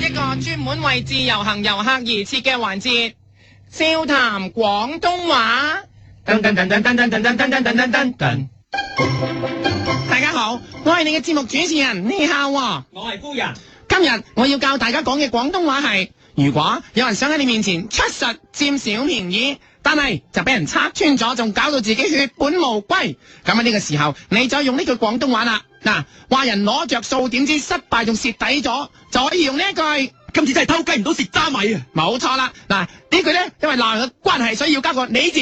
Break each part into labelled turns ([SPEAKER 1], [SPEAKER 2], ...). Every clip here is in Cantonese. [SPEAKER 1] 一個專門為自由行遊客而設嘅環節，笑談廣東話。
[SPEAKER 2] 噔噔噔噔噔噔噔噔噔噔噔噔噔。
[SPEAKER 1] 大家好，我係你嘅節目主持人，你好啊。
[SPEAKER 2] 我係夫人。
[SPEAKER 1] 今日我要教大家講嘅廣東話係，如果有人想喺你面前出實佔小便宜，但係就俾人拆穿咗，仲搞到自己血本無歸，咁喺呢個時候你就用呢句廣東話啦。嗱，話人攞着數，點知失敗仲蝕底咗，就可以用呢一句。
[SPEAKER 2] 今次真係偷雞唔到蝕渣米啊！
[SPEAKER 1] 冇錯啦，嗱呢句咧，因為鬧人嘅關係，所以要加個你字。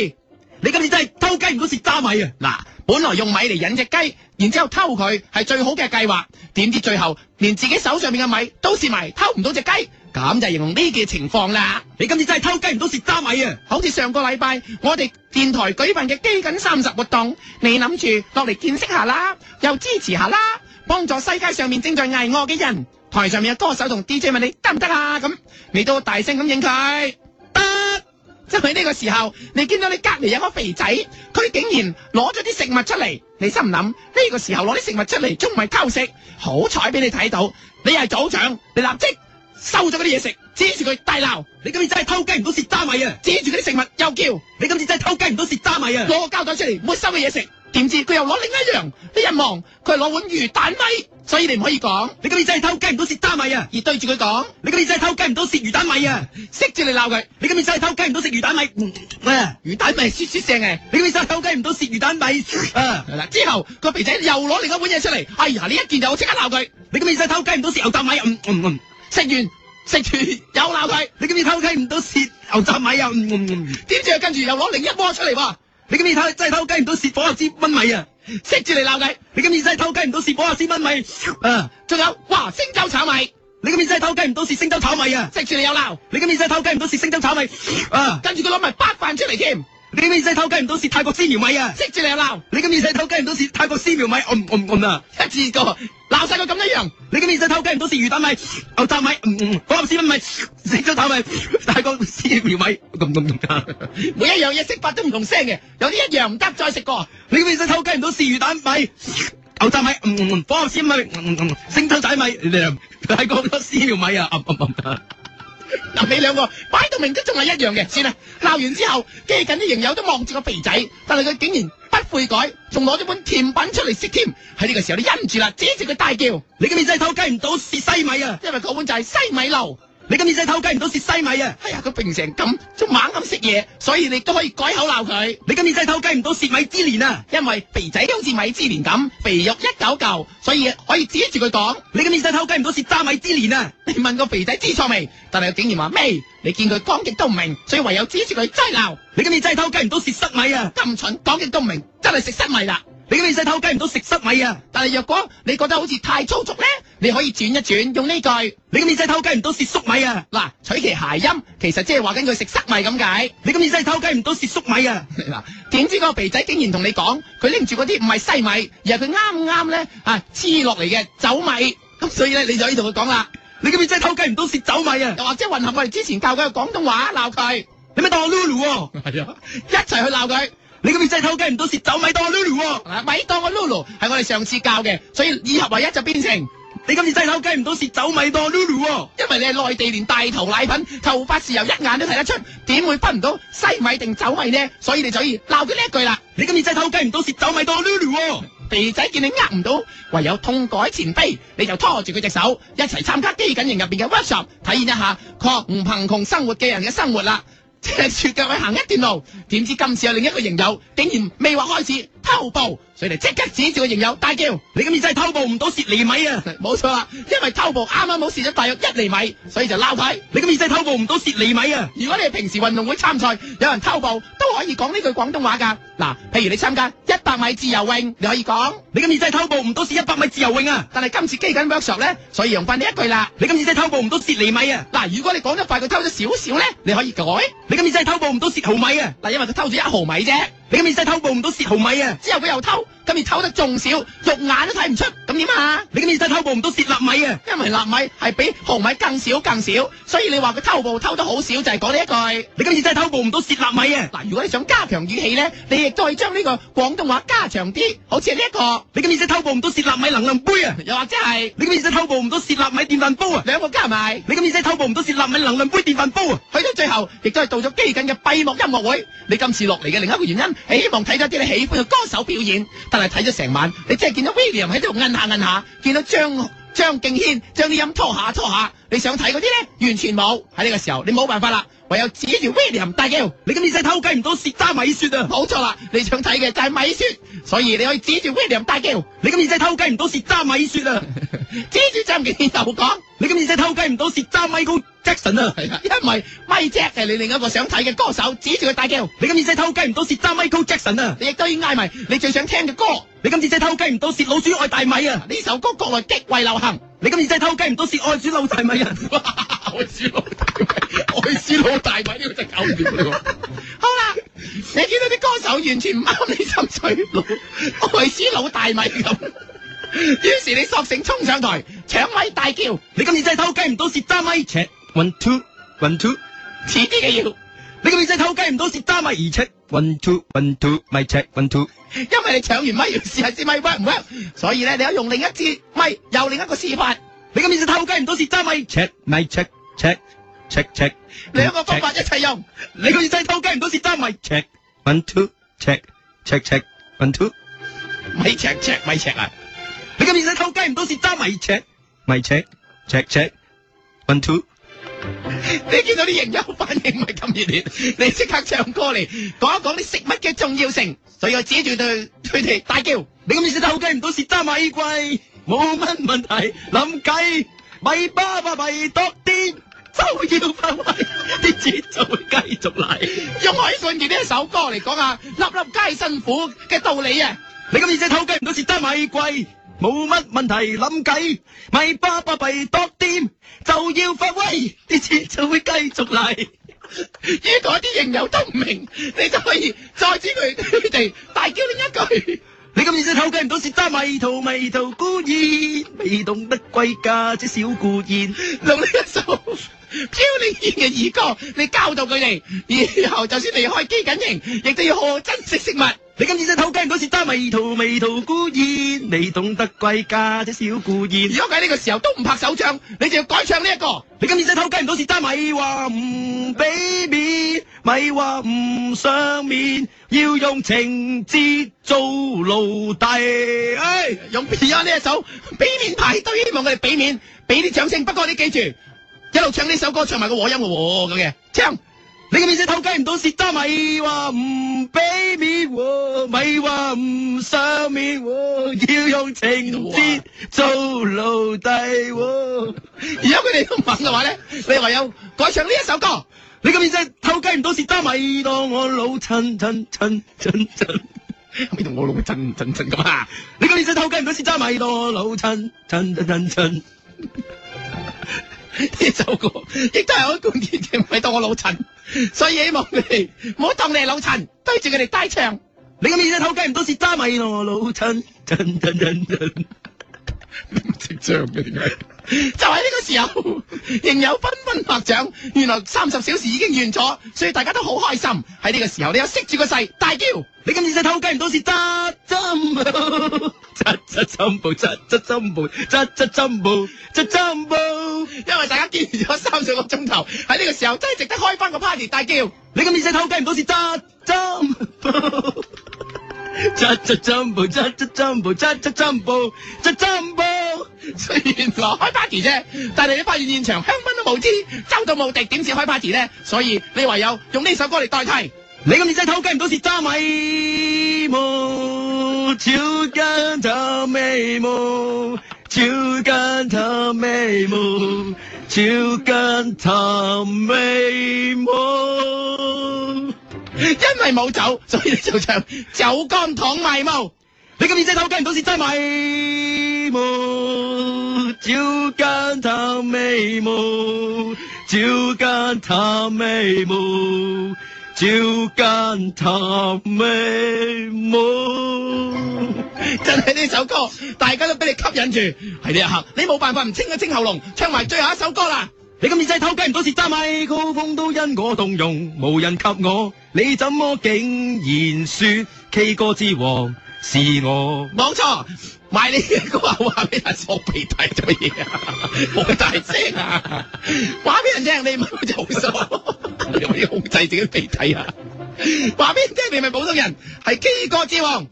[SPEAKER 2] 你今次真係偷雞唔到蝕渣米啊！
[SPEAKER 1] 嗱，本來用米嚟引隻雞，然之後偷佢係最好嘅計劃，點知最後連自己手上面嘅米都蝕埋，偷唔到隻雞，咁就形容呢個情況啦。
[SPEAKER 2] 你今次真係偷雞唔到蝕渣米啊！
[SPEAKER 1] 好似上個禮拜我哋電台舉辦嘅基緊三十活動，你諗住落嚟見識下啦，又支持下啦，幫助世界上面正在挨餓嘅人。台上面嘅歌手同 DJ 問你得唔得啊？咁你都大聲咁應佢得。就喺呢個時候，你見到你隔離有個肥仔，佢竟然攞咗啲食物出嚟，你心諗呢個時候攞啲食物出嚟，仲唔係偷食？好彩俾你睇到，你係組長，你立即收咗嗰啲嘢食，指住佢大鬧，
[SPEAKER 2] 你今次真係偷雞唔到蝕渣米啊！
[SPEAKER 1] 指住嗰啲食物又叫。
[SPEAKER 2] 你今次真係偷雞唔到蝕渣米啊！
[SPEAKER 1] 攞個膠袋出嚟，沒收嘅嘢食。點知佢又攞另一樣，你一望佢係攞碗魚蛋米，所以你唔可以講，
[SPEAKER 2] 你今次真係偷雞唔到蝕渣米啊！
[SPEAKER 1] 而對住佢講，
[SPEAKER 2] 你今次真係偷雞唔到蝕魚蛋米啊！
[SPEAKER 1] 識住你鬧佢，
[SPEAKER 2] 你今次真係偷雞唔到蝕魚蛋米啊！
[SPEAKER 1] 魚蛋咪雪雪聲嘅。
[SPEAKER 2] 你今次真係偷雞唔到蝕魚蛋米啊！
[SPEAKER 1] 係啦，之後個肥仔又攞另一碗嘢出嚟，哎呀，你一見就即刻鬧佢，
[SPEAKER 2] 你今次真係偷雞唔到蝕牛雜米啊！嗯嗯嗯
[SPEAKER 1] 食完食完又鬧佢，
[SPEAKER 2] 你今次偷雞唔到蝕牛雜米啊！嗯嗯嗯
[SPEAKER 1] 點知佢跟住又攞另一鍋出嚟喎，
[SPEAKER 2] 你今次偷真係偷雞唔到蝕火鴨絲炆米啊！
[SPEAKER 1] 識住你鬧佢，
[SPEAKER 2] 你今次真係偷雞唔到蝕火鴨絲炆米啊！
[SPEAKER 1] 仲有哇星洲炒米，
[SPEAKER 2] 你今次真係偷雞唔到蝕星洲炒米啊！
[SPEAKER 1] 識住你又鬧，
[SPEAKER 2] 你今次真係偷雞唔到蝕星洲炒米啊！
[SPEAKER 1] 跟住佢攞埋白飯出嚟添，
[SPEAKER 2] 你今次真係偷雞唔到蝕泰國絲苗米啊！
[SPEAKER 1] 識住你又鬧，
[SPEAKER 2] 你今次真係偷雞唔到蝕泰國絲苗米，嗯嗯嗯啊！
[SPEAKER 1] 一次過鬧晒佢咁一樣。
[SPEAKER 2] 你今次真係偷雞唔到蝕魚蛋米、牛雜米、嗯嗯火鴨絲炆米、星洲炒米、泰國絲苗米，咁咁咁啊！
[SPEAKER 1] 每一樣嘢食法都唔同聲嘅，有啲一樣唔得再食過。
[SPEAKER 2] 你今次真係偷雞唔到蝕魚蛋米、牛雜米、嗯嗯嗯火鴨絲米、嗯嗯嗯星洲仔米、涼泰國絲苗米啊！嗯嗯嗯啊！
[SPEAKER 1] 嗱，你兩個擺到明都仲係一樣嘅，算啦。鬧完之後，基緊啲營友都望住個肥仔，但係佢竟然不悔改，仲攞咗碗甜品出嚟食添。喺呢個時候，你忍唔住啦，指住佢大叫，因
[SPEAKER 2] 你今次真係偷雞唔到蝕西米啊！
[SPEAKER 1] 為嗰碗就係西米露。
[SPEAKER 2] 你今次真係偷雞唔到蝕西米啊！
[SPEAKER 1] 哎呀，佢平成咁，仲猛咁食嘢，所以你都可以改口鬧佢。
[SPEAKER 2] 你今次真係偷雞唔到蝕米之蓮啊！
[SPEAKER 1] 因為肥仔好似米芝蓮咁，肥肉一嚿嚿，所以可以指住佢講。
[SPEAKER 2] 你今次真係偷雞唔到蝕渣米之蓮啊！
[SPEAKER 1] 你問個肥仔知錯未？但係佢竟然話未，你見佢講極都唔明，所以唯有指住佢齋鬧。
[SPEAKER 2] 你今次真係偷雞唔到蝕塞米啊！
[SPEAKER 1] 咁蠢講極都唔明，真係食失迷啦。
[SPEAKER 2] 你今次真係偷雞唔到食塞米啊！
[SPEAKER 1] 但係若果你覺得好似太粗俗咧，你可以轉一轉，用呢句
[SPEAKER 2] 你今次真係偷雞唔到蝕粟米啊！
[SPEAKER 1] 嗱，取其諧音，其實即係話緊佢食塞米咁解。
[SPEAKER 2] 你今次真係偷雞唔到蝕粟米啊！
[SPEAKER 1] 嗱，點知嗰個肥仔竟然同你講，佢拎住嗰啲唔係西米，而係佢啱啱咧啊黐落嚟嘅酒米，咁所以咧你就可以同佢講啦，
[SPEAKER 2] 你今次真係偷雞唔到蝕酒米啊！
[SPEAKER 1] 又或者混合我哋之前教佢嘅廣東話鬧佢，
[SPEAKER 2] 你咪當我 Lulu 喎！
[SPEAKER 1] 係啊，一齊去鬧佢。
[SPEAKER 2] 你今次真係偷雞唔到蝕酒米，當我 Lulu 喎！
[SPEAKER 1] 嗱，啊咪當我 Lulu 係我哋上次教嘅，所以以合為一就變成，因
[SPEAKER 2] 你今次真係偷雞唔到蝕酒米，當我 Lulu 喎！
[SPEAKER 1] 為你係內地連大頭奶粉、頭髮豉油一眼都睇得出，點會分唔到西米定酒米呢？所以你就可以鬧佢呢一句啦。
[SPEAKER 2] 你今次真係偷雞唔到蝕酒米，當我 Lulu 喎！
[SPEAKER 1] 肥仔見你呃唔到，唯有痛改前非，你就拖住佢隻手一齊參加基緊營入邊嘅 workshop，體驗一下窮貧窮生活嘅人嘅生活啦。即係雪腳去行一段路，點知今次有另一個營友竟然未話開始偷步，所以你即刻指住個營友大叫。
[SPEAKER 2] 你今次真係偷步唔到蝕厘米啊！
[SPEAKER 1] 冇錯啦，因為偷步啱啱好蝕咗大約一厘米，所以就撈佢。
[SPEAKER 2] 你今次真係偷步唔到蝕厘米啊！
[SPEAKER 1] 如果你係平時運動會參賽，有人偷步都可以講呢句廣東話㗎。嗱，譬如你參加一百米自由泳，你可以講，
[SPEAKER 2] 你今次真係偷步唔到蝕一百米自由泳啊！
[SPEAKER 1] 但係今次基緊 workshop 咧，所以用翻呢一句啦。
[SPEAKER 2] 你今次真係偷步唔到蝕厘米啊！
[SPEAKER 1] 嗱，如果你講得快，佢偷咗少少咧，你可以改。嗱，
[SPEAKER 2] 你今次真係偷步唔到蝕毫米啊！
[SPEAKER 1] 因為佢偷咗一毫米啫，
[SPEAKER 2] 你今次真係偷步唔到蝕毫米啊！
[SPEAKER 1] 之後佢又偷，今次偷得仲少，肉眼都睇唔出，咁點啊？
[SPEAKER 2] 你今次真係偷步唔到蝕粒米啊！
[SPEAKER 1] 因為納米係比紅米更少更少，所以你話佢偷步偷得好少就係講呢一句。
[SPEAKER 2] 你今次真係偷步唔到蝕粒米啊！
[SPEAKER 1] 嗱，如果你想加強語氣咧，你亦都可以將呢個廣東話加長啲，好似係呢一個，呃
[SPEAKER 2] 你今次真係偷步唔到蝕粒米能量杯啊！
[SPEAKER 1] 又或者係
[SPEAKER 2] 你今次真係偷步唔到蝕粒米電飯煲啊！
[SPEAKER 1] 兩個加埋，
[SPEAKER 2] 你今次真係偷步唔到蝕粒米能量杯電飯煲啊！
[SPEAKER 1] 去到最後亦都係到咗基緊嘅閉幕音樂會。你今次落嚟嘅另一個原因，係希望睇咗啲你喜歡嘅歌手表演，但係睇咗成晚，你真係見到 William 喺度摁下摁下，見到張張敬軒將啲音拖下拖下，你想睇嗰啲咧完全冇。喺呢個時候你冇辦法啦，唯有指住 William 大叫。
[SPEAKER 2] 你今次真係偷雞唔到蝕渣米雪啊！
[SPEAKER 1] 冇錯啦，你想睇嘅就係米雪，所以你可以指住 William 大叫，
[SPEAKER 2] 你今次真係偷雞唔到蝕渣米雪啊！
[SPEAKER 1] 指住張敬軒又講，
[SPEAKER 2] 你今次真係偷雞唔到蝕渣 Michael Jackson 啊！
[SPEAKER 1] 係啊，因為咪姐係你另一個想睇嘅歌手，指住佢大叫，
[SPEAKER 2] 你今次真係偷雞唔到蝕渣 Michael Jackson 啊！
[SPEAKER 1] 你亦都要嗌埋你最想聽嘅歌。
[SPEAKER 2] 你今次真係偷雞唔到蝕老鼠愛大米啊！
[SPEAKER 1] 呢首歌國內極為流 行，
[SPEAKER 2] 你今次真係偷雞唔到蝕愛鼠老大米啊！
[SPEAKER 1] 愛鼠佬大米，愛鼠佬大米呢個真搞掂喎。好啦，你見到啲歌手完全唔啱你心水，老愛鼠佬大米咁，於是你索性衝上台搶米大叫，
[SPEAKER 2] 你今次真係偷雞唔到蝕渣米 check one two one two。
[SPEAKER 1] 遲啲嘅要。
[SPEAKER 2] 你今次真係偷雞唔到蝕渣米而 check one two one two 咪 check one two。
[SPEAKER 1] 因為你搶完咪要試下支咪 work 唔 work，所以咧你可以用另一支咪，有另一個試法，
[SPEAKER 2] 你今次真係偷雞唔到蝕渣米 check 咪 check check check check。
[SPEAKER 1] 兩個方法一齊用。
[SPEAKER 2] 你今次真係偷雞唔到蝕渣米 check one two check check check one two。
[SPEAKER 1] 咪尺尺咪尺啊！
[SPEAKER 2] 你今次真係偷雞唔到蝕渣米 check 咪 check check check one two。
[SPEAKER 1] 你見到啲營友反應唔係咁熱烈，你即刻唱歌嚟講一講啲食物嘅重要性，所以我指住對佢哋大叫。
[SPEAKER 2] 你今次真係偷雞唔到蝕渣米貴，冇乜問題，諗計米巴巴咪多啲，就要發威，啲錢就會繼續嚟。
[SPEAKER 1] 用許冠傑呢一首歌嚟講下粒粒皆辛苦嘅道理啊！
[SPEAKER 2] 你今次真係偷雞唔到蝕渣米貴，冇乜問題，諗計米巴巴咪多啲，就要發威，啲錢就會繼續嚟。
[SPEAKER 1] 如果啲營友都唔明，你就可以再指佢佢哋大叫另一句。
[SPEAKER 2] 你今次真係偷雞唔到蝕渣米圖迷途孤燕，未懂得歸家這小故燕。
[SPEAKER 1] 用呢一首飄零燕嘅兒歌，你教導佢哋，以後就算離開基緊營，亦都要好好珍惜食物。
[SPEAKER 2] 你今次真係偷雞唔到蝕渣迷途迷途孤燕，未懂得歸家這小故燕
[SPEAKER 1] 如。果佢喺呢個時候都唔拍手掌，你就要改唱呢、一個。
[SPEAKER 2] 你今次真係偷雞唔到蝕渣咪話唔俾面，咪話唔上面，要用情節做奴隸。唉、
[SPEAKER 1] 用 Beyond 呢一首俾面派對，希望佢哋俾面，俾啲掌聲。不過你記住，一路唱呢首歌，唱埋個和音嘅和咁嘅，唱
[SPEAKER 2] 你今次真係偷雞唔到蝕渣咪話唔俾面喎，咪話唔上面喎，要用情節做奴隸喎。
[SPEAKER 1] 如果佢哋都唔肯嘅話咧，你唯有改唱呢一首歌。
[SPEAKER 2] 你今次真係偷雞唔到蝕渣咪當我老襯襯襯襯襯。
[SPEAKER 1] 邊度我老震震震咁啊！
[SPEAKER 2] 你今次真係偷雞唔到蝕渣米多老襯襯襯襯襯。
[SPEAKER 1] 呢首歌亦都係我貫徹嘅，唔係當我老陳，所以希望你哋唔好當你係老陳，對住佢哋低唱，
[SPEAKER 2] 你今次真係偷雞唔到蝕渣米多老襯襯襯襯襯。
[SPEAKER 1] 唔識唱嘅點解？就喺呢個時候，仍有紛紛拍掌。原來三十小時已經完咗，所以大家都好開心。喺呢個時候，你又識住個勢，大叫。
[SPEAKER 2] 你今次真係偷雞唔到蝕渣針，扎扎針布，扎扎針布，扎扎針布，扎針布。
[SPEAKER 1] 因為大家堅持咗三四個鐘頭，喺呢個時候真係值得開翻個 party 大叫。
[SPEAKER 2] 你今次真係偷雞唔到蝕渣針布，扎扎針布，扎扎針布，扎扎針布，扎針布。
[SPEAKER 1] 雖然話開 party 啫，但係你發現現場香薰都冇支，周到無敵，點至開 party 呢？所以你唯有用呢首歌嚟代替。
[SPEAKER 2] 你今次真係偷雞唔到蝕渣米冇，超跟他眉毛，超跟他眉毛，超跟他眉毛。
[SPEAKER 1] 因為冇酒，所以你就唱酒干倘賣無。
[SPEAKER 2] 你今次真係偷雞唔到蝕渣米冇，超跟他眉毛，超跟他眉毛，照間談美夢。
[SPEAKER 1] 真係呢首歌，大家都俾你吸引住。喺呢一刻，你冇辦法唔清一清喉嚨，唱埋最後一首歌啦。
[SPEAKER 2] 你今次真係偷雞唔到蝕揸米，高峰都因我動容，無人及我。你怎麼竟然說 K 歌之王是我？
[SPEAKER 1] 冇錯，買你嘅歌啊，話俾人索鼻涕做嘢 啊，好大聲啊！話俾人聽，你唔係好似好傻， 你可以控制自己鼻涕啊！話俾人聽，你唔係普通人，係 K 歌之王。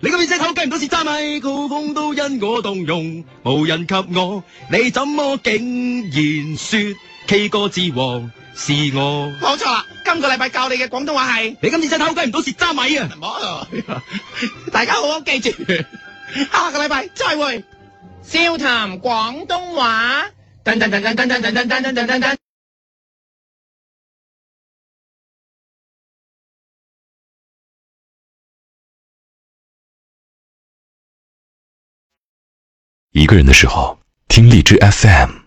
[SPEAKER 2] 你今次真係偷雞唔到蝕揸米，高峰都因我動容，無人及我。你怎麼竟然說 K 歌之王是我？
[SPEAKER 1] 冇錯啦，今個禮拜教你嘅廣東話係。
[SPEAKER 2] 你今次真係偷雞唔到蝕揸米啊！
[SPEAKER 1] 唔好，大家好好記住，下個禮拜再會。笑談廣東話。噔噔噔噔噔噔噔噔噔噔噔噔。
[SPEAKER 3] 一个人的时候，听荔枝 FM。